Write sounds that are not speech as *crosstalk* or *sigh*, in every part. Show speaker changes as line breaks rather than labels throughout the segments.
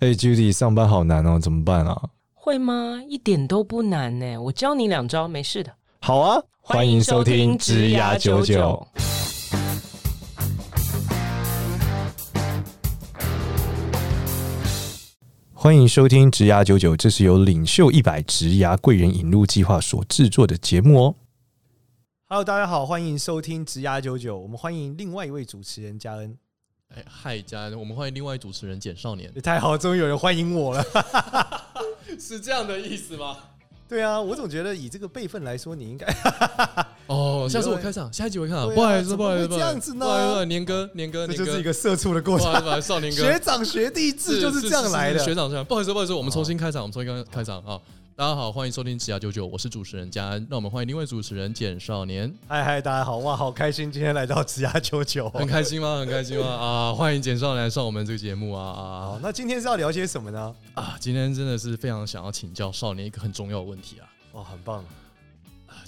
哎、j u d y 上班好难哦，怎么办啊？
会吗？一点都不难呢、我教你两招，没事的。
好啊，欢迎收听《职涯九九》。欢迎收听《职涯九九》，这是由领袖一百职涯贵人引入计划所制作的节目哦。Hello，大家好，欢迎收听《职涯九九》，我们欢迎另外一位主持人嘉恩。
哎，嗨，家人，我们欢迎另外主持人简
*laughs*
少年，
太好了，终于有人欢迎我了。 *laughs*
是这样的意思吗？
对啊，我总觉得以这个辈分来说，你应该
哦，下次我开场，下一集我开场，
对啊
不好意思，
怎
不
么
好意
会
思，不好意思
这样子呢
不好意思不好意思，年哥，年哥，
这
年
就是一
哥，
个社畜的过
不好意
程
思，不。好意思，少年
学
哥，
长学弟制就是这样来
是是学
的。
长，学长，不好意思，不好意思，我
哦
们重新开场，我们重新开场啊！大家好，欢迎收听《奇亚九九》，我是主持人嘉安，让我们欢迎另外主持人简少年，
嗨嗨，大家好，哇，好开心今天来到职涯九九哦。
很开心吗？很开心吗？啊，欢迎简少年来上我们这个节目啊啊
好，那今天是要聊些什么呢？
啊！今天真的是非常想要请教少年一个很重要的问题啊，
哇，哦很棒，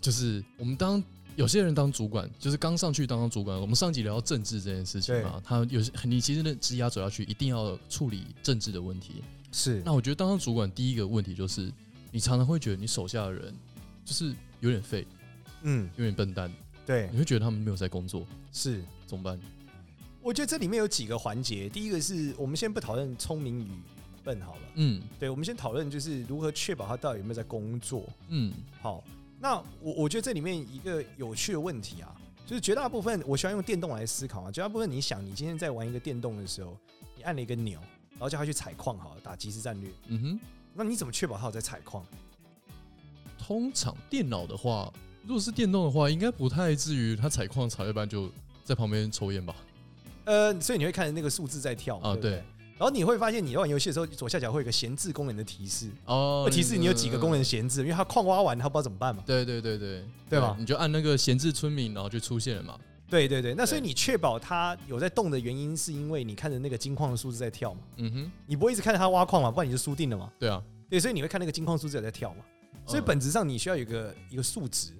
就是我们当有些人当主管，就是刚上去当上主管，我们上集聊到政治这件事情嘛，他有些你其实的职涯走下去，一定要处理政治的问题。
是
那我觉得当上主管第一个问题就是，你常常会觉得你手下的人就是有点废，
嗯，
有点笨蛋，
对，
你会觉得他们没有在工作，
是。
怎么办？
我觉得这里面有几个环节，第一个是我们先不讨论聪明与笨好了，
嗯
对，我们先讨论就是如何确保他到底有没有在工作。
嗯，
好，那我我觉得这里面一个有趣的问题啊，就是绝大部分我喜欢用电动来思考啊，绝大部分你想你今天在玩一个电动的时候，你按了一个钮，然后叫他去采矿好了，打即时战略，
嗯哼。
那你怎么确保他有在采矿？
通常电脑的话，如果是电动的话，应该不太至于他采矿采一半就在旁边抽烟吧？
呃，所以你会看着那个数字在跳嘛
啊
对不对
对
然后你会发现，你玩游戏的时候，左下角会有一个闲置功能的提示，
哦
会，提呃示你有几个功能闲置，因为它矿挖完，它不知道怎么办嘛。
对对对对
对吧
你就按那个闲置村民，然后就出现了嘛。
对对对，那所以
对
你确保它有在动的原因，是因为你看着那个金矿的数字在跳嘛，
嗯哼，
你不会一直看着它挖矿嘛，不然你就输定了嘛。
对啊，
对，所以你会看那个金矿数字有在跳嘛。所以
嗯
本质上你需要有一个一个数值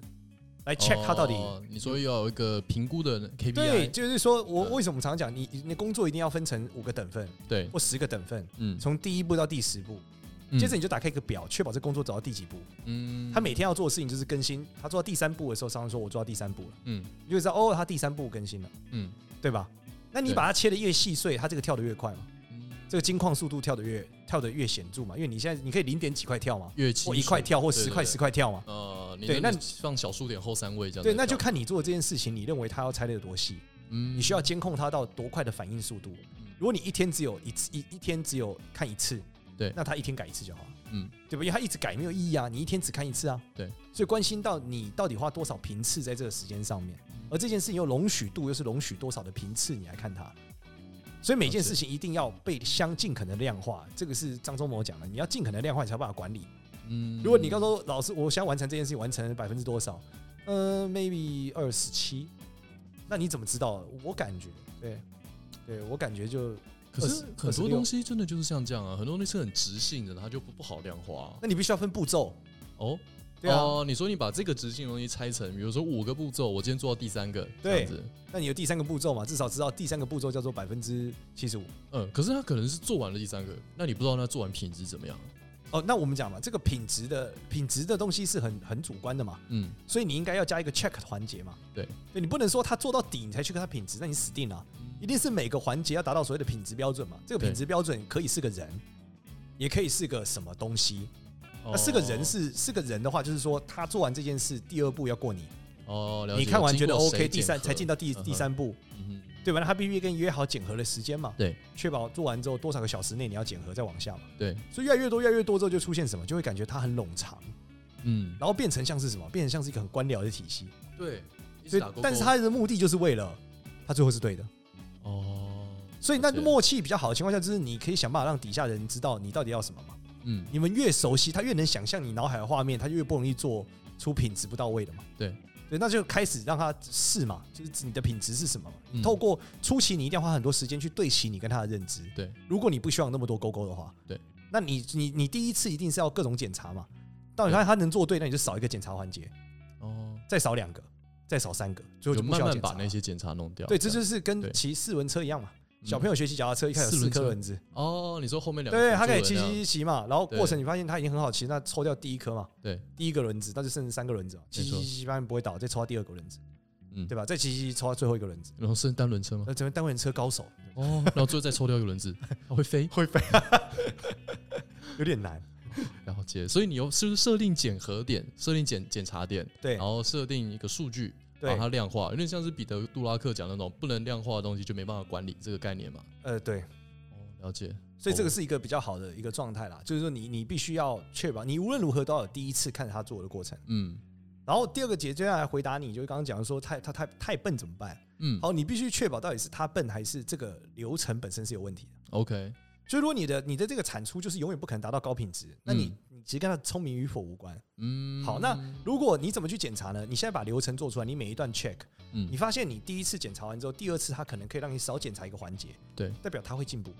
来 check 它到底。
哦你说要有一个评估的
对，
KPI，
就是说我
嗯
为什么常讲你你的工作一定要分成五个等份
对，
或十个等份，
嗯，
从第一步到第十步，
嗯
接着，你就打开一个表，确保这工作走到第几步。
嗯
他每天要做的事情就是更新，他做到第三步的时候，商人说我做到第三步了，
嗯
你就知道哦，他第三步更新了，
嗯
对吧？那你
对
把它切的越细碎，它这个跳的越快嘛，
嗯
这个金矿速度跳的越跳的越显著嘛，因为你现在你可以零点几块跳嘛，
乐器
或一块跳或十块
对对对
十块跳嘛，
呃，你
对那
那放小数点后三位这样子
对，
跳，
那就看你做的这件事情，你认为它要拆的有多细，
嗯
你需要监控它到多快的反应速度。如果你一天只有一次一一天只有看一次，
对
那他一天改一次就好了，
嗯
对吧？因为他一直改没有意义啊，你一天只看一次啊，
对，
所以关心到你到底花多少频次在这个时间上面，
嗯
而这件事情又容许度又是容许多少的频次，你来看它。所以每件
了解
事情一定要被相尽可能量化，这个是张忠谋讲的，你要尽可能量化，你才有办法管理。
嗯
如果你告诉我老师，我想完成这件事情完成百分之多少？嗯、m a y b e 二十七。那你怎么知道？我感觉，对，对我感觉就，
可是
26
很多东西真的就是像这样啊，很多东西是很直性的，它就不不好量化啊
那你必须要分步骤，
哦。
对啊。
哦，你说你把这个直性的东西拆成，比如说五个步骤，我今天做到第三个，这
对
样子，
那你有第三个步骤嘛？至少知道第三个步骤叫做百分之七十五。
嗯，可是他可能是做完了第三个，那你不知道他做完品质怎么样，
哦，那我们讲嘛，这个品质的品质的东西是很很主观的嘛，
嗯，
所以你应该要加一个 check 的环节嘛。
对，
对你不能说他做到底你才去看他品质，那你死定了。一定是每个环节要达到所谓的品质标准嘛。这个品质标准可以是个人，也可以是个什么东西。
哦
那是个人是是个人的话，就是说他做完这件事，第二步要过你，
哦，了解
你看完觉得
经过谁
OK，第三
检核
才进到第
嗯哼
第三步，
嗯
对吧？那他必须跟你约好检核的时间嘛，
对，
确保做完之后多少个小时内你要检核再往下嘛。
对，
所以越来越多，越来越多之后就出现什么，就会感觉它很冗长，
嗯，
然后变成像是什么，变成像是一个很官僚的体系。
对，
所
一直
以
打勾勾，
但是他的目的就是为了他最后是对的。
哦，
所以那
了解
默契比较好的情况下，就是你可以想办法让底下人知道你到底要什么嘛。
嗯，
你们越熟悉，他越能想象你脑海的画面，他就越不容易做出品质不到位的嘛。
对
对，那就开始让他试嘛，就是你的品质是什么嘛。
嗯
透过初期，你一定要花很多时间去对齐你跟他的认知。
对，
如果你不需要那么多勾勾的话，
对，
那你你你第一次一定是要各种检查嘛。到底他他能做对，那你就少一个检查环节，
哦，
再少两个，再少三个，最后
就
就不需
慢
要
慢
检查
把
了。
那些检查弄掉，
对，这就是是跟
对嗯
骑四轮车一样嘛。小朋友学骑脚踏车，一开始有四颗轮子，
哦，你说后面两个
对，他
辅助啊
可以
的
骑
那
骑骑
样
骑嘛，然后过程你发现他已经很好骑，那抽掉第一颗嘛，
对，
第一个轮子，那就剩三个轮子嘛，骑
没错
骑骑发现不会倒，再抽到第二个轮子，
嗯
对吧？再骑骑骑抽到最后一个轮子，
然后是单
*laughs*
轮车吗？
那成为单人车高手，
哦，然后最后再抽掉一个
*laughs*
轮子，它会飞，
会飞，有点难，
了解。所以你有是不是设定检核点、设定检检查点，
对
然后设定一个数据，把
对，
它量化，有点像是彼得杜拉克讲的那种不能量化的东西就没办法管理这个概念嘛。
呃，对，
哦，了解。
所以这个是一个比较好的一个状态啦，就是说你你必须要确保你无论如何都要有第一次看他做的过程，
嗯
然后第二个节接下来回答你，就是刚刚讲的说太他太太笨怎么办？
嗯
好，你必须确保到底是他笨还是这个流程本身是有问题的。
，OK，
所以，如果你的你的这个产出就是永远不可能达到高品质，那你、你其实跟他聪明与否无关。
嗯，
好，那如果你怎么去检查呢？你现在把流程做出来，你每一段 check，
嗯
你发现你第一次检查完之后，第二次他可能可以让你少检查一个环节，
对
代表他会进步。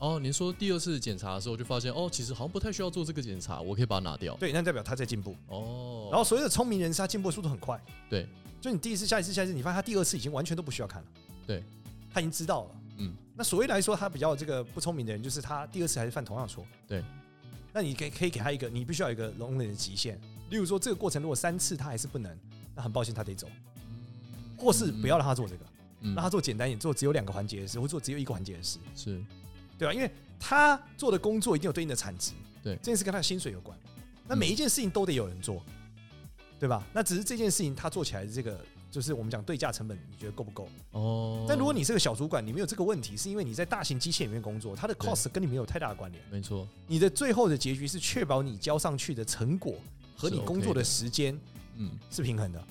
哦，您说第二次检查的时候就发现哦，其实好像不太需要做这个检查，我可以把它拿掉。
对，那代表他在进步。
哦，
然后，所谓的聪明人是他进步的速度很快。
对，
就你第一次、下一次、下一次，你发现他第二次已经完全都不需要看了。
对，
他已经知道了。
嗯，
那所谓来说，他比较这个不聪明的人，就是他第二次还是犯同样的错。
对，
那你可以可以给他一个，你必须要有一个容忍的极限。例如说，这个过程如果三次他还是不能，那很抱歉，他得走，或是不要让他做这个，
嗯
让他做简单一点，做只有两个环节的事，或做只有一个环节的事，
是
对吧、啊因为他做的工作一定有对应的产值，
对嗯
这件事跟他的薪水有关。那每一件事情都得有人做，对吧？那只是这件事情他做起来的这个，就是我们讲对价成本，你觉得够不够？
哦。
但如果你是个小主管，你没有这个问题，是因为你在大型机械里面工作，它的
对
cost 跟你没有太大的关联。
没错，
你的最后的结局是确保你交上去的成果和
是
你
OK
工作的时间
嗯，
是平衡的，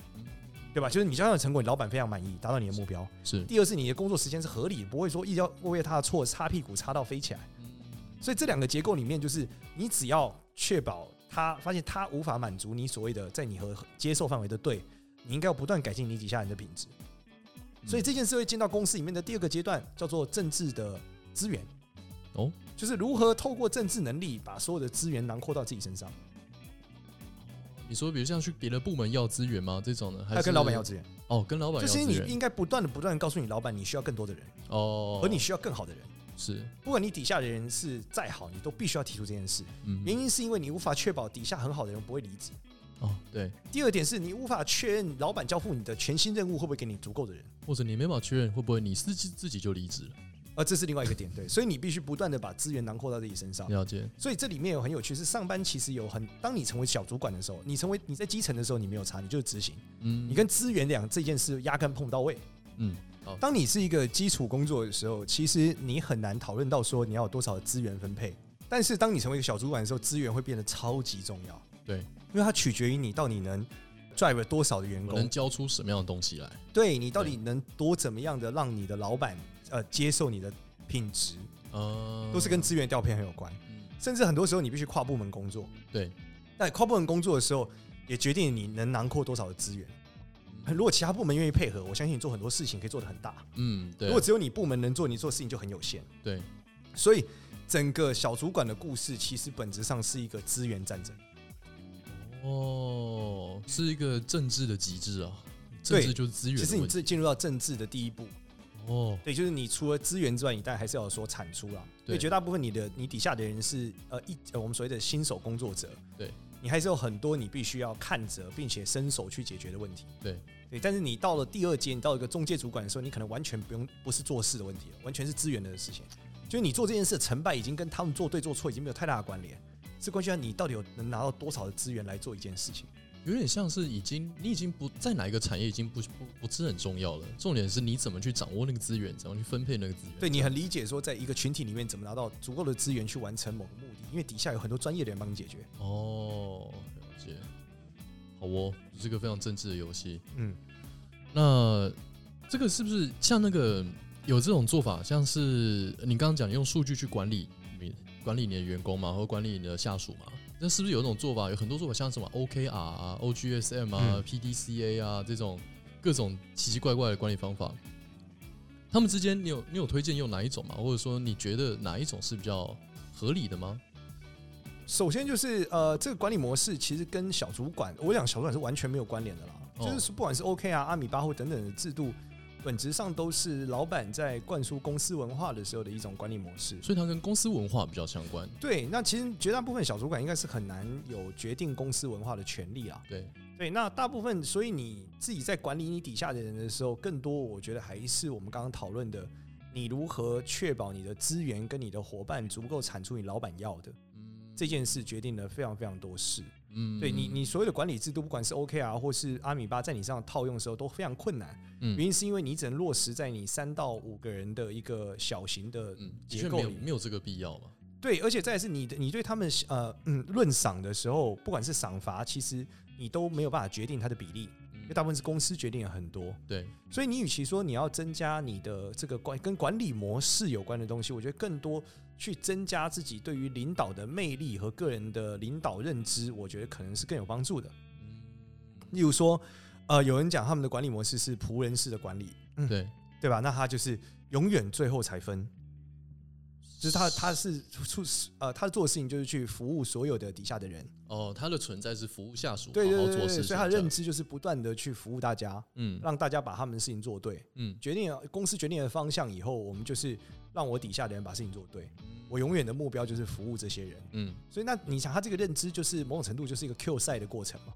对吧？就是你交上的成果，你老板非常满意，达到你的目标。
是
第二是你的工作时间是合理，不会说一要为他的错擦屁股擦到飞起来。
嗯
所以这两个结构里面，就是你只要确保他发现他无法满足你所谓的在你和接受范围的对，你应该要不断改进你底下人的品质。
嗯
所以这件事会进到公司里面的第二个阶段，叫做政治的资源。
哦，
就是如何透过政治能力把所有的资源囊括到自己身上，
你说，比如像去别的部门要资源吗？这种呢，还
还有
是
跟老板要资源。
哦，跟老板
就
要资
是你
源
应该不断的不断的告诉你老板，你需要更多的人，
哦，
和你需要更好的人。
是
不管你底下的人是再好，你都必须要提出这件事。
嗯
原因是因为你无法确保底下很好的人不会离职。
哦，对，
第二点是你无法确认老板交付你的全新任务会不会给你足够的人，
或者你没办法确认会不会你自己自己就离职了？
而这是另外一个点。对，所以你必须不断的把资源囊括到自己身上。
了解，
所以这里面有很有趣，是上班其实有很，当你成为小主管的时候，你成为你在基层的时候，你没有差，你就是执行，
嗯，
你跟资源两这件事压根碰不到位。
嗯，
当你是一个基础工作的时候，其实你很难讨论到说你要有多少的资源分配。但是当你成为一个小主管的时候，资源会变得超级重要。
对，
因为它取决于你到底能 drive 多少的员
我
工
能，交出什么样的东西来？
对你到底能多怎么样的让你的老板呃接受你的品质，
呃，
都是跟资源调配很有关。
嗯
甚至很多时候你必须跨部门工作，
对，
但跨部门工作的时候，也决定你能囊括多少的资源。如果其他部门愿意配合，我相信你做很多事情可以做得很大。
嗯，对
如果，只有你部门能做，你做事情就很有限。
对，
所以整个小主管的故事，其实本质上是一个资源战争。
哦，是一个政治的极致啊，政
对
治就是资源
其
的
实你
问题
这进入到政治的第一步，
哦，
对，就是你除了资源之外，你当然还是要有说产出啦。因
对
为绝大部分你的你底下的人是呃一呃我们所谓的新手工作者，
对，
你还是有很多你必须要看着并且伸手去解决的问题。
对
对，但是你到了第二阶，你到一个中介主管的时候，你可能完全不用不是做事的问题了，完全是资源的事情。就是你做这件事的成败，已经跟他们做对做错已经没有太大的关联，是关系到你到底有能拿到多少的资源来做一件事情。
有点像是已经你已经不在哪一个产业已经不不不是很重要了，重点是你怎么去掌握那个资源，怎么去分配那个资源。
对你很理解说，在一个群体里面怎么拿到足够的资源去完成某个目的，因为底下有很多专业的人帮你解决。
哦，了解。好哦，这是个非常政治的游戏。
嗯，
那这个是不是像那个有这种做法，像是你刚刚讲用数据去管理你管理你的员工嘛，或管理你的下属嘛？那是不是有一种做法，有很多做法，像什么 OKR 啊、OGSM 啊、
嗯
PDCA 啊这种各种奇奇怪怪的管理方法？他们之间，你有你有推荐用哪一种吗？或者说你觉得哪一种是比较合理的吗？
首先就是呃，这个管理模式其实跟小主管，我讲小主管是完全没有关联的啦。
哦
就是不管是 OK 啊、阿米巴或等等的制度，本质上都是老板在灌输公司文化的时候的一种管理模式。
所以它跟公司文化比较相关。
对，那其实绝大部分小主管应该是很难有决定公司文化的权利啦。
对，
对，那大部分，所以你自己在管理你底下的人的时候，更多我觉得还是我们刚刚讨论的，你如何确保你的资源跟你的伙伴足够产出你老板要的
嗯
这件事，决定了非常非常多事。
嗯
对你，你所有的管理制度，不管是 OKR 或是阿米巴，在你身上套用的时候都非常困难。
嗯
原因是因为你只能落实在你三到五个人的一个小型的
嗯，的
结
确
构
没有
里面。
没有这个必要嘛。
对，而且再来是你的，你对他们呃嗯论赏的时候，不管是赏罚，其实你都没有办法决定它的比例，
嗯
因为大部分是公司决定了很多。
对，
所以你与其说你要增加你的这个管跟管理模式有关的东西，我觉得更多去增加自己对于领导的魅力和个人的领导认知，我觉得可能是更有帮助的。嗯例如说，呃，有人讲他们的管理模式是仆人式的管理，嗯
对，
对吧？那他就是永远最后才分，就是他他是促呃他做的事情就是去服务所有的底下的人，
哦，它的存在是服务下属，
对对
好好
对
做
对
事
对，
情，
所以他的
这样
认，知就是不断的去服务大家，
嗯
让大家把他们的事情做对。
嗯，
决定了公司决定了方向以后，我们就是让我底下的人把事情做对。我永远的目标就是服务这些人，
嗯，
所以那你想，他这个认知就是某种程度就是一个 Q 赛的过程嘛？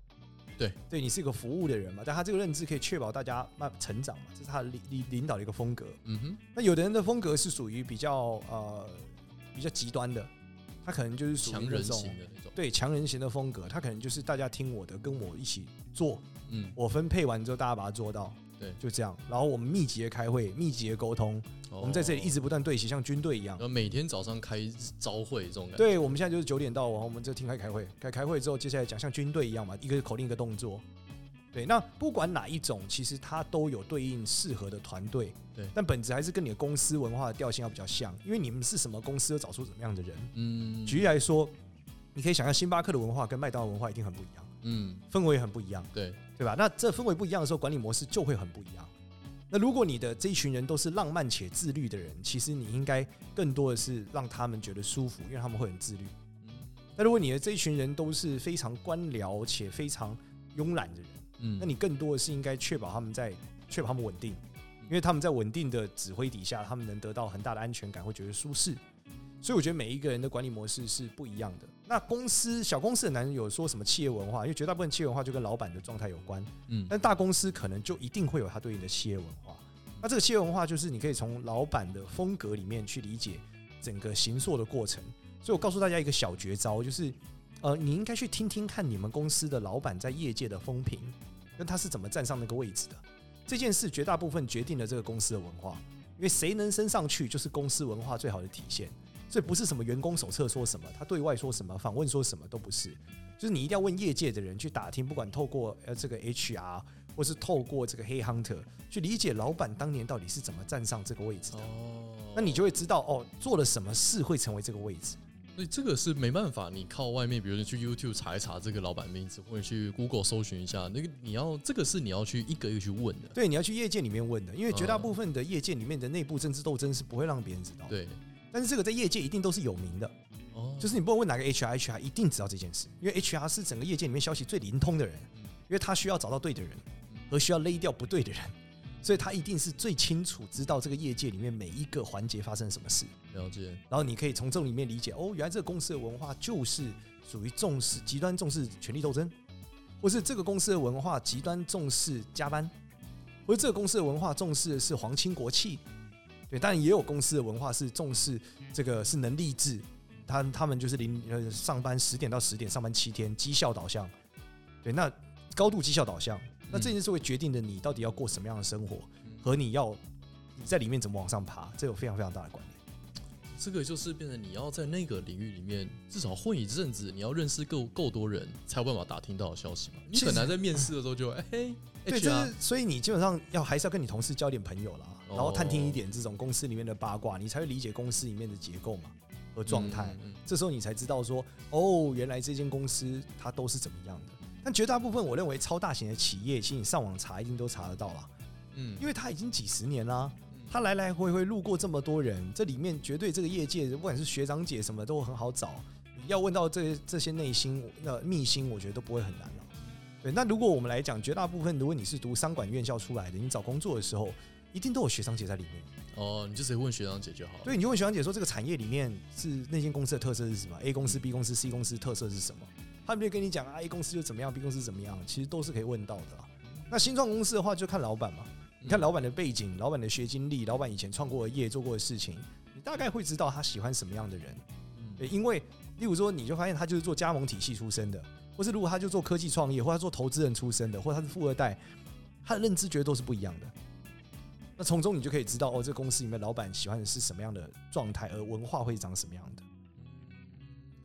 对，
对你是一个服务的人嘛，但他这个认知可以确保大家慢成长嘛，这是他的领领领导的一个风格。
嗯哼，
那有的人的风格是属于比较呃比较极端的，他可能就是属于
强
那
人
种
型的那种，
对强人型的风格，他可能就是大家听我的，跟我一起做，
嗯，
我分配完之后大家把它做到，
对
就这样。然后我们密集的开会，密集的沟通，
哦
我们在这里一
直，
直不断对齐，像军队一样
哦然。后每天早上开朝会这种感觉，
对，我们现在就是九点到，然后我们就听开开会，开开会之后，接下来讲像军队一样嘛，一个口令一个动作。对，那不管哪一种，其实它都有对应适合的团队。
对
但本质还是跟你的公司文化的调性要比较像，因为你们是什么公司，要找出怎么样的人。
嗯，
举例来说，你可以想象星巴克的文化跟麦当劳文化一定很不一样，
嗯，
氛围也很不一样，
对，
对吧？那这氛围不一样的时候，管理模式就会很不一样。那如果你的这一群人都是浪漫且自律的人，其实你应该更多的是让他们觉得舒服，因为他们会很自律。那如果你的这一群人都是非常官僚且非常慵懒的人，
嗯，
那你更多的是应该确保他们在确保他们稳定，因为他们在稳定的指挥底下，他们能得到很大的安全感，会觉得舒适。所以我觉得每一个人的管理模式是不一样的。那公司小公司很难有说什么企业文化，因为绝大部分企业文化就跟老板的状态有关，
嗯，
但大公司可能就一定会有它对应的企业文化。那这个企业文化就是你可以从老板的风格里面去理解整个行塑的过程。所以我告诉大家一个小绝招，就是呃，你应该去听听看你们公司的老板在业界的风评，跟他是怎么站上那个位置的。这件事绝大部分决定了这个公司的文化，因为谁能升上去，就是公司文化最好的体现。所以不是什么员工手册说什么，他对外说什么，访问说什么都不是，就是你一定要问业界的人去打听，不管透过呃这个 HR 或是透过这个黑 hunter 去理解老板当年到底是怎么站上这个位置的。
哦，
那你就会知道哦，做了什么事会成为这个位置。
所以这个是没办法，你靠外面，比如说去 YouTube 查一查这个老板名字，或者去 Google 搜寻一下，那个你要这个是你要去一个一个去问的，
对，你要去业界里面问的，因为绝大
嗯
部分的业界里面的内部政治斗争是不会让别人知道。，
对，
但是这个在业界一定都是有名的，
哦，
就是你不能问哪个 HR，HR 一定知道这件事，因为 HR 是整个业界里面消息最灵通的人，因为他需要找到对的人和需要勒掉不对的人，所以他一定是最清楚知道这个业界里面每一个环节发生什么事。
了解，
然后你可以从这里面理解，哦，原来这个公司的文化就是属于重视极端重视权力斗争，或是这个公司的文化极端重视加班，或者这个公司的文化重视的是皇亲国戚，对，当然也有公司的文化是重视这个是能力制，他他们就是零呃上班十点到十点，上班七天，绩效导向，对，那高度绩效导向，那这件事会决定了你到底要过什么样的生活，和你要你在里面怎么往上爬，这有非常非常大的关联。
这个就是变成你要在那个领域里面至少混一阵子，你要认识够够多人，才有办法打听到的消息嘛。你
其实
很难在面试的时候就哎嘿，
对，就
HR
是所以你基本上要还是要跟你同事交点朋友啦，
哦
然后探听一点这种公司里面的八卦，你才会理解公司里面的结构嘛和状态。
嗯嗯
这时候你才知道说，哦，原来这间公司它都是怎么样的。但绝大部分我认为超大型的企业，其实你上网查一定都查得到啦，
嗯
因为它已经几十年啦，它来来回回路过这么多人，这里面绝对这个业界不管是学长姐什么都很好找，要问到这这些内心那秘辛，我觉得都不会很难了。对，那如果我们来讲，绝大部分如果你是读商管院校出来的，你找工作的时候，一定都有学长姐在里面。
哦，你就直接问学长姐就好了。
对，你就问学长姐说这个产业里面是那间公司的特色是什么？A 公司、B 公司、C 公司特色是什么？他们就跟你讲啊，A 公司就怎么样，B 公司怎么样，其实都是可以问到的啊、那新创公司的话，就看老板嘛，
嗯，
你看老板的背景、老板的学经历、老板以前创过的业、做过的事情，你大概会知道他喜欢什么样的人。
嗯，
对，因为例如说，你就发现他就是做加盟体系出身的，或是如果他就做科技创业，或他做投资人出身的，或他是富二代，他的认知绝对都是不一样的。那从中你就可以知道，哦，这个公司里面老板喜欢的是什么样的状态，而文化会长什么样的。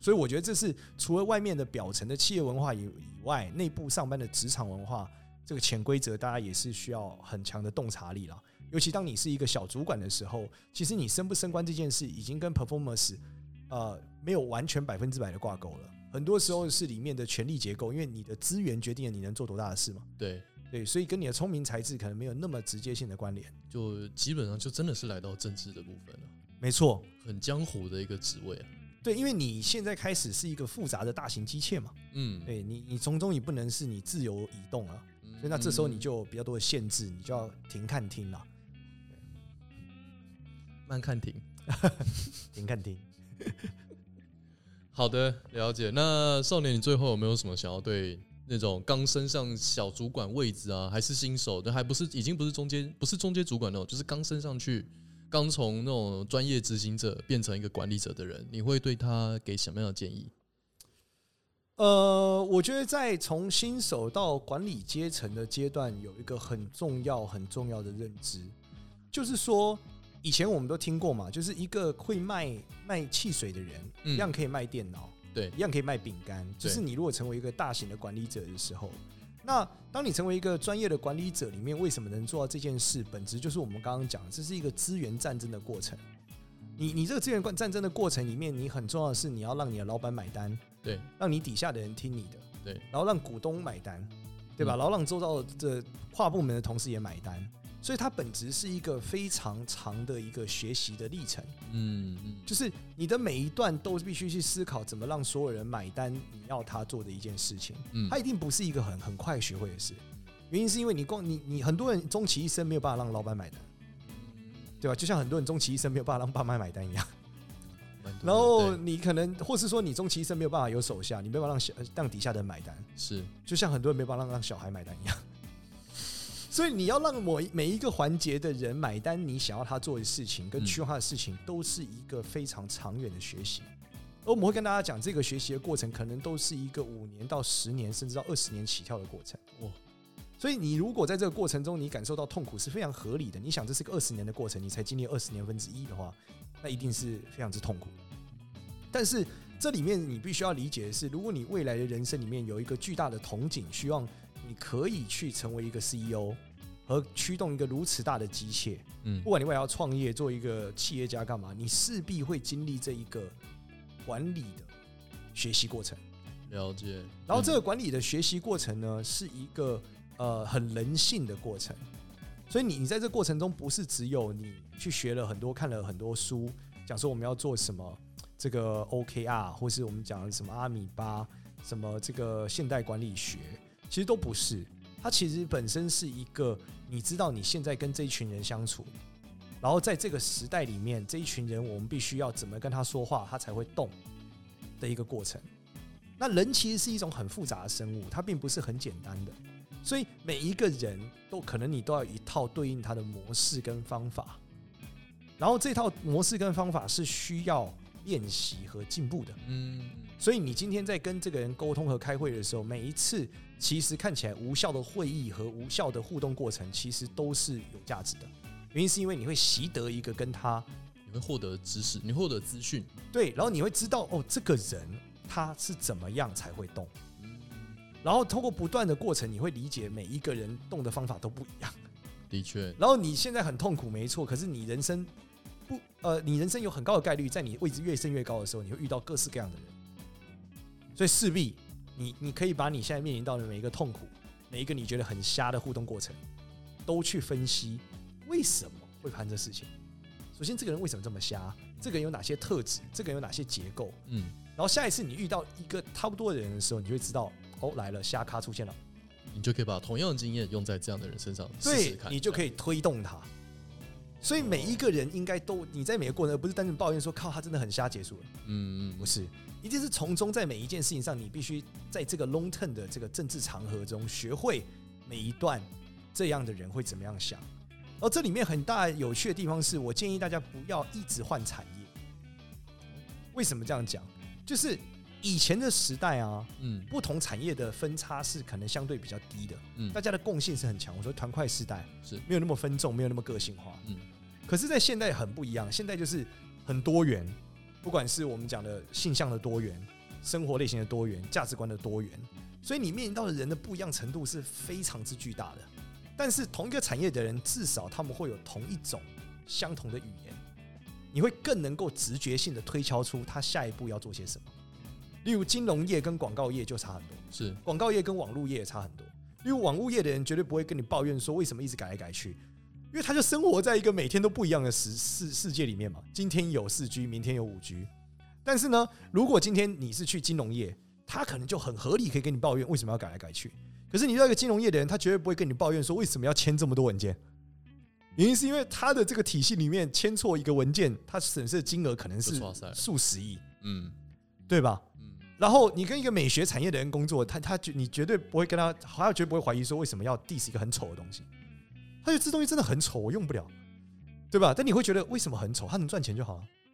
所以我觉得这是除了外面的表层的企业文化以以外，内部上班的职场文化这个潜规则，大家也是需要很强的洞察力啦。尤其当你是一个小主管的时候，其实你升不升官这件事已经跟 performance 呃没有完全百分之百的挂钩了。很多时候是里面的权力结构，因为你的资源决定了你能做多大的事嘛。
对，
对，所以跟你的聪明才智可能没有那么直接性的关联。
就基本上就真的是来到政治的部分了，
没错，
很江湖的一个职位啊。
对，因为你现在开始是一个复杂的大型机械嘛，
嗯，
对你，你从中也不能是你自由移动啊。
嗯，
所以那这时候你就有比较多的限制，你就要停看听啦，
慢看停。
停看听。
好的，了解。那少年，你最后有没有什么想要对那种刚升上小主管位置啊，还是新手，对，还不是已经不是中间，不是中间主管那种，就是刚升上去，刚从那种专业执行者变成一个管理者的人，你会对他给什么样的建议？
呃，我觉得在从新手到管理阶层的阶段，有一个很重要、很重要的认知，就是说，以前我们都听过嘛，就是一个会卖卖汽水的人，
嗯
一样可以卖电脑，
对
一样可以卖饼干。就是你如果成为一个大型的管理者的时候，那当你成为一个专业的管理者里面，为什么能做到这件事？本质就是我们刚刚讲的，这是一个资源战争的过程。你你这个资源战争的过程里面，你很重要的是你要让你的老板买单，
对，
让你底下的人听你的，
对，
然后让股东买单，对吧？
嗯
然后让周遭的跨部门的同事也买单，所以它本质是一个非常长的一个学习的历程，
嗯嗯，
就是你的每一段都必须去思考怎么让所有人买单，你要他做的一件事情，
嗯
它一定不是一个很很快学会的事，原因是因为你光你你很多人终其一生没有办法让老板买单。对吧？就像很多人终其一生没有办法让爸妈买单一样，
蛮多的
然后
对
你可能，或是说你终其一生没有办法有手下，你没有办法让小让底下的人买单，
是
就像很多人没办法让让小孩买单一样。 *laughs* 所以你要让某一每一个环节的人买单，你想要他做的事情跟
嗯
需要他的事情，都是一个非常长远的学习。而我们会跟大家讲，这个学习的过程可能都是一个五年到十年，甚至到二十年起跳的过程。
哇，
所以你如果在这个过程中你感受到痛苦是非常合理的，你想这是个二十年的过程，你才经历二十年分之一的话，那一定是非常之痛苦的。但是这里面你必须要理解的是，如果你未来的人生里面有一个巨大的憧憬，希望你可以去成为一个 CEO 和驱动一个如此大的机械，
嗯
不管你未来要创业、做一个企业家干嘛，你势必会经历这一个管理的学习过程。
了解。
然后这个管理的学习过程呢，是一个呃很人性的过程，所以你你在这过程中不是只有你去学了很多、看了很多书，讲说我们要做什么这个 OKR，或是我们讲什么阿米巴、什么这个现代管理学，其实都不是。它其实本身是一个你知道你现在跟这一群人相处，然后在这个时代里面，这一群人我们必须要怎么跟他说话，他才会动的一个过程。那人其实是一种很复杂的生物，它并不是很简单的，所以每一个人都可能你都要有一套对应他的模式跟方法，然后这套模式跟方法是需要练习和进步的。
嗯，
所以你今天在跟这个人沟通和开会的时候，每一次其实看起来无效的会议和无效的互动过程，其实都是有价值的。原因是因为你会习得一个跟他
你会获得知识，你获得资讯，
对，然后你会知道哦，这个人他是怎么样才会动。
嗯
然后通过不断的过程，你会理解每一个人动的方法都不一样。
的确，
然后你现在很痛苦，没错，可是你人生不呃，你人生有很高的概率，在你位置越升越高的时候，你会遇到各式各样的人，所以势必你你可以把你现在面临到的每一个痛苦，每一个你觉得很瞎的互动过程，都去分析为什么会发生这事情。首先，这个人为什么这么瞎？这个人有哪些特质？这个人有哪些结构？
嗯，
然后下一次你遇到一个差不多的人的时候，你就会知道哦，来了，瞎咖出现了，
你就可以把同样的经验用在这样的人身上试
对
试看，
你就可
以
以推动他。所以每一个人应该都你在每个过程，而不是单纯抱怨说靠他真的很瞎结束了，
嗯
不是，一定是从中在每一件事情上，你必须在这个 long term 的这个政治长河中，学会每一段这样的人会怎么样想。然后这里面很大有趣的地方是，我建议大家不要一直换产业。为什么这样讲？就是以前的时代啊，
嗯
不同产业的分差是可能相对比较低的，
嗯
大家的共性是很强。我说团块时代
是
没有那么分众，没有那么个性化。
嗯
可是，在现代很不一样，现代就是很多元，不管是我们讲的性向的多元、生活类型的多元、价值观的多元，所以你面临到的人的不一样程度是非常之巨大的。但是同一个产业的人，至少他们会有同一种相同的语言，你会更能够直觉性的推敲出他下一步要做些什么。例如金融业跟广告业就差很多，
是
广告业跟网络业也差很多。因为网络业的人绝对不会跟你抱怨说为什么一直改来改去，因为他就生活在一个每天都不一样的世世世界里面嘛。今天有四 G，明天有五 G。但是呢，如果今天你是去金融业，他可能就很合理可以跟你抱怨为什么要改来改去。可是你遇到一个金融业的人，他绝对不会跟你抱怨说为什么要签这么多文件。原因是因为他的这个体系里面签错一个文件，他损失的金额可能
就是刷塞了
数十亿，
嗯
对吧？
嗯
然后你跟一个美学产业的人工作，他他绝你绝对不会跟他，他绝对不会怀疑说为什么要 diss 一个很丑的东西，他觉得这东西真的很丑，我用不了，对吧？但你会觉得为什么很丑？他能赚钱就好了，啊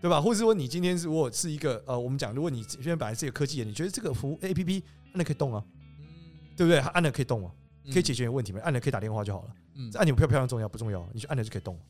对吧？或者说你今天如果是一个呃，我们讲，如果你现在本来是一个科技人，你觉得这个服务 A P P 按了可以动啊，
嗯
对不对？它按了可以动啊，可以解
决，
决你的问题吗？按了可以打电话就好了，
嗯
这，按钮漂不漂亮重要不重要？你去按了就可以动啊了。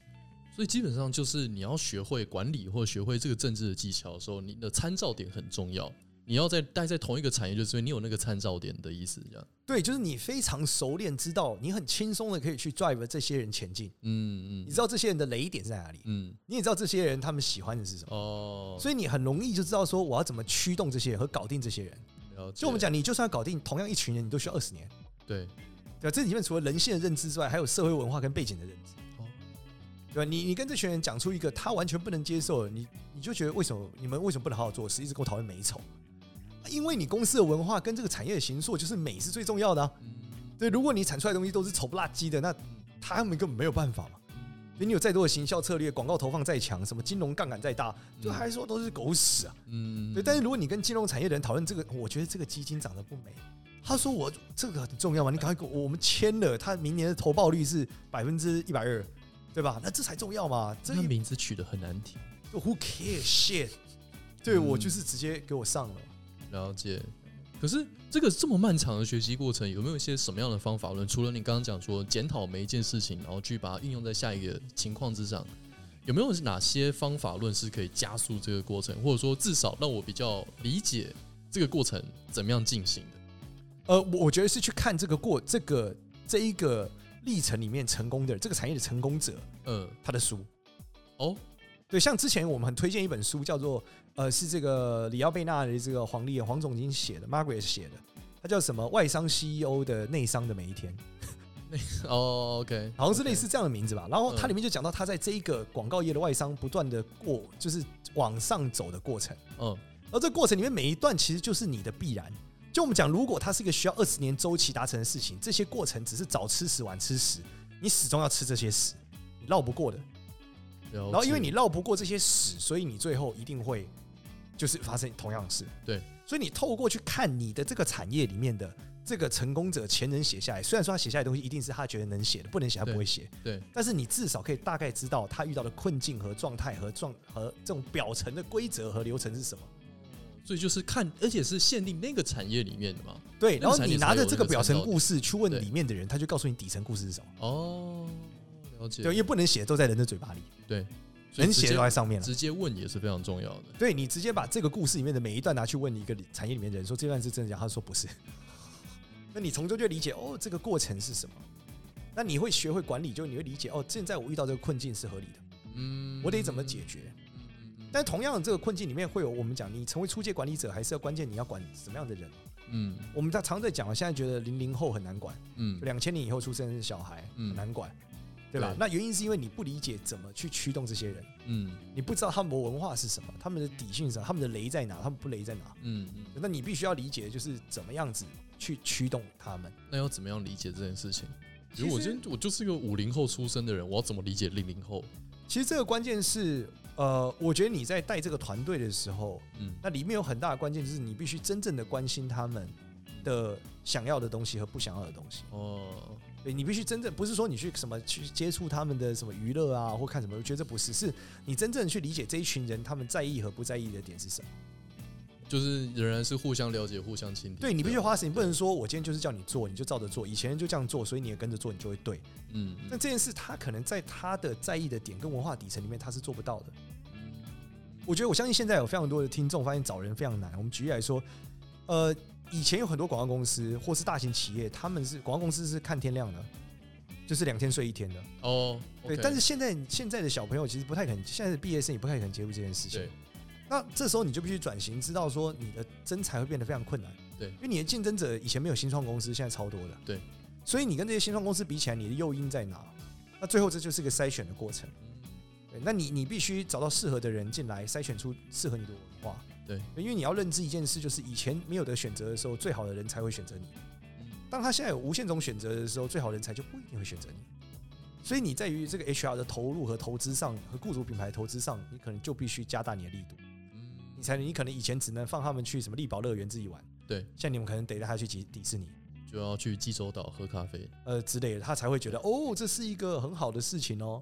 所以基本上就是你要学会管理或学会这个政治的技巧的时候，你的参照点很重要。你要在待在同一个产业，就是因为你有那个参照点的意思，这样。
对，就是你非常熟练，知道你很轻松的可以去 drive 这些人前进，
嗯
你
嗯
知道这些人的雷点在哪里。
嗯，
你也知道这些人他们喜欢的是什么，
哦，
所以你很容易就知道说我要怎么驱动这些人和搞定这些人。
以了解。
所以我们讲，你就算要搞定同样一群人，你都需要二十年，
对，
对啊吧？这里面除了人性的认知之外，还有社会文化跟背景的认知
哦，
对吧？你你跟这群人讲出一个他完全不能接受的，你你就觉得为什么你们为什么不能好好做事，一直跟我讨论美丑？啊因为你公司的文化跟这个产业的形塑就是美是最重要的、啊，
嗯
对。如果你产出来的东西都是丑不拉几的，那他们根本没有办法嘛。
嗯
所以你有再多的行销策略，广告投放再强，什么金融杠杆再大，就还说都是狗屎啊。
嗯
对，但是如果你跟金融产业的人讨论这个，我觉得这个基金长得不美。他说我这个很重要嘛，你赶快给我，我们签了，他明年的投报率是百分之一百二，对吧？那这才重要嘛，这
这
一
个名字取得很难听。
Who cares shit？对
嗯
我就是直接给我上了。
了解。可是这个这么漫长的学习过程，有没有一些什么样的方法论？除了你刚刚讲说检讨每一件事情，然后去把它运用在下一个情况之上，有没有哪些方法论是可以加速这个过程，或者说至少让我比较理解这个过程怎么样进行的？
呃，我我觉得是去看这个过这个这一个历程里面成功的这个产业的成功者
嗯，
他的书。
哦，
对，像之前我们很推荐一本书，叫做呃，是这个里奥贝纳的这个黄丽黄总已经写的，Margaret 写的，它叫什么？外商 CEO 的内商的每一天，
哦，OK，
好像是类似这样的名字吧。然后它
嗯
里面就讲到他在这一个广告业的外商不断的过，就是往上走的过程。
嗯，
而这个过程里面每一段其实就是你的必然。就我们讲，如果它是一个需要二十年周期达成的事情，这些过程只是早吃屎晚吃屎，你始终要吃这些屎，你绕不过的。
然
然后因为你绕不过这些屎，所以你最后一定会就是发生同样的事。
对，
所以你透过去看你的这个产业里面的这个成功者前人写下来，虽然说他写下来的东西一定是他觉得能写的，不能写他
对
不会写，
对，
但是你至少可以大概知道他遇到的困境和状态和状和这种表层的规则和流程是什么。
所以就是看，而且是限定那个产业里面的嘛。
对，然
那个
后
产业
你
才
拿着
有
这
那
个
个
表
参
层
照点
故事去问
对
里面的人，他就告诉你底层故事是什么。
哦，了解，
对，因为不能写都在人的嘴巴里，
对，所以
能
直
写
接
都在上面了。
直接问也是非常重要的。
对你直接把这个故事里面的每一段拿去问一个产业里面的人，说这段是真的假的，他说不是。 *laughs* 那你从中就理解哦，这个过程是什么？那你会学会管理，就你会理解哦，现在我遇到这个困境是合理的，
嗯，
我得怎么解决？
嗯？
但同样的，这个困境里面会有我们讲，你成为出界管理者，还是要关键你要管什么样的人。
嗯
我们在常在讲啊，现在觉得零零后很难管，
嗯，
两千年以后出生的小孩
嗯
很难管，对吧
对？
那原因是因为你不理解怎么去驱动这些人，
嗯
你不知道他们的文化是什么，他们的底性是什么，他们的雷在哪，他们不雷在哪。
嗯嗯，
那你必须要理解，就是怎么样子去驱动他们。
那要怎么样理解这件事情？比如我今天我就是一个五零后出生的人，我要怎么理解零零后？
其实这个关键是，呃，我觉得你在带这个团队的时候，
嗯，
那里面有很大的关键就是你必须真正的关心他们的想要的东西和不想要的东西。
哦，
对你必须真正不是说你去什么去接触他们的什么娱乐啊，或看什么，我觉得这不是，是你真正去理解这一群人他们在意和不在意的点是什么。
就是仍然是互相了解、互相倾听。
对你必须花时间，
对
不能说我今天就是叫你做，你就照着做，以前就这样做，所以你也跟着做，你就会对。
嗯，
但这件事他可能在他的在意的点跟文化底层里面他是做不到的。
嗯
我觉得我相信现在有非常多的听众发现找人非常难。我们举例来说，呃，以前有很多广告公司或是大型企业，他们是广告公司是看天亮的，就是两天睡一天的。
哦，
对
OK，
但是现在现在的小朋友其实不太可能，现在的毕业生也不太可能接触这件事情
对。
那这时候你就必须转型，知道说你的真才会变得非常困难。
对
因为你的竞争者以前没有新创公司，现在超多的。
对，
所以你跟这些新创公司比起来，你的诱因在哪？那最后这就是一个筛选的过程。对，那你你必须找到适合的人进来，筛选出适合你的文化。
对，
因为你要认知一件事，就是以前没有的选择的时候，最好的人才会选择你。
嗯
当他现在有无限种选择的时候，最好的人才就不一定会选择你。所以你在于这个 HR 的投入和投资上，和雇主品牌投资上，你可能就必须加大你的力度。
嗯
你才能，你可能以前只能放他们去什么力宝乐园自己玩，
对，
现在你们可能得带他去迪迪士尼，
就要去济州岛喝咖啡。
呃之类的，他才会觉得哦，这是一个很好的事情哦。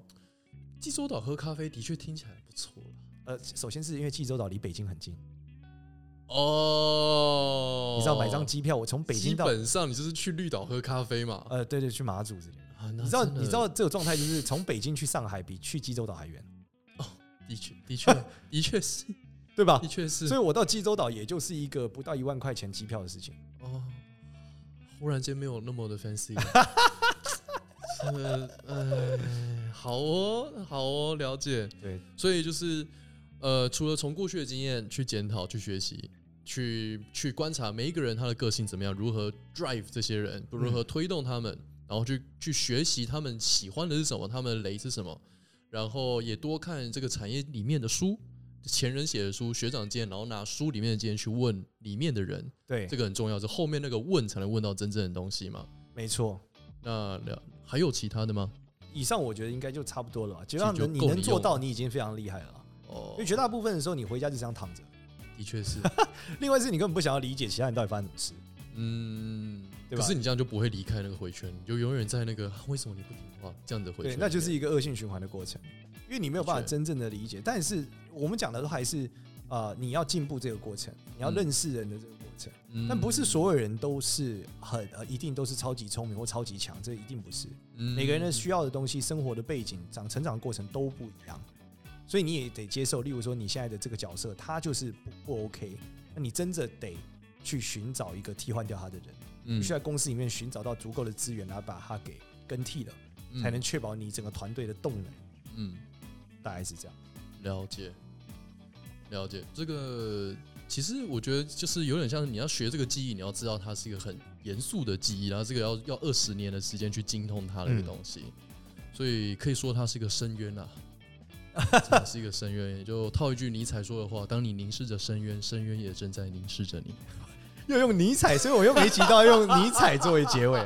济州岛喝咖啡的确听起来不错啦
呃，首先是因为济州岛离北京很近，
哦，
你知道买张机票，我从北京到
基本哦上你就是去绿岛喝咖啡嘛。
呃，对对，去马祖之类的。
啊，你
你知道，你知道这个状态就是从北京去上海比去济州岛还
*laughs*
远，
的确，的确，的确是，
对吧
的？确是。
所以我到济州岛也就是一个不到一万块钱机票的事情。
哦，忽然间没有那么的 fancy 了。呃，哎，好哦，好哦，了解。
对，
所以就是，呃，除了从过去的经验去检讨、去学习、去去观察每一个人他的个性怎么样，如何 drive 这些人，如何推动他们，然后去去学习他们喜欢的是什么，他们的雷是什么，然后也多看这个产业里面的书，前人写的书、学长见，然后拿书里面的经验去问里面的人，
对，
这个很重要，是后面那个问才能问到真正的东西嘛。
没错。
那了还有其他的吗？
以上我觉得应该就差不多了吧，啊只
实
要
就
能你
够
能
你
做
用
到，
了
你已经非常厉害了。
哦
因为，绝大部分的时候，你回家就想躺着。
的
*laughs*
确是，
另外是你根本不想要理解其他人到底发生什么事。
嗯，
对吧
可是你这样就不会离开那个回圈，你就永远在那个啊为什么你不听话这样子的回
对，
圈，
那就是一个恶性循环的过程，因为你没有办法
的确
真正的理解。但是我们讲的都还是呃，你要进步这个过程，你要
嗯
认识人的这个过程。
嗯
但不是所有人都是很呃，一定都是超级聪明或超级强，这一定不是。
嗯
每个人的需要的东西、生活的背景、长成长过程都不一样，所以你也得接受。例如说，你现在的这个角色，他就是不不 OK，那你真的得去寻找一个替换掉他的人，
嗯
必须在公司里面寻找到足够的资源来把他给更替了，才能确保你整个团队的动能。
嗯
大概是这样。
嗯了解了解这个。其实我觉得就是有点像你要学这个技艺，你要知道它是一个很严肃的技艺，然后这个要要二十年的时间去精通它的一个
嗯
东西，所以可以说它是一个深渊啊，真的是一个深渊。也就套一句尼采说的话：，当你凝视着深渊，深渊也正在凝视着你。
又用尼采，所以我又没提到用尼采作为结尾。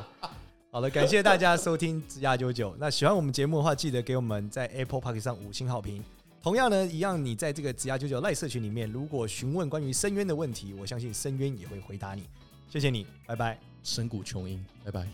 好了，感谢大家收听《枝桠九九》。那喜欢我们节目的话，记得给我们在 Apple Park 上五星好评。同样呢，一样你在这个《枝桠九九》赖社群里面，如果询问关于深渊的问题，我相信深渊也会回答你。谢谢你，拜拜。
深谷琼英，拜拜。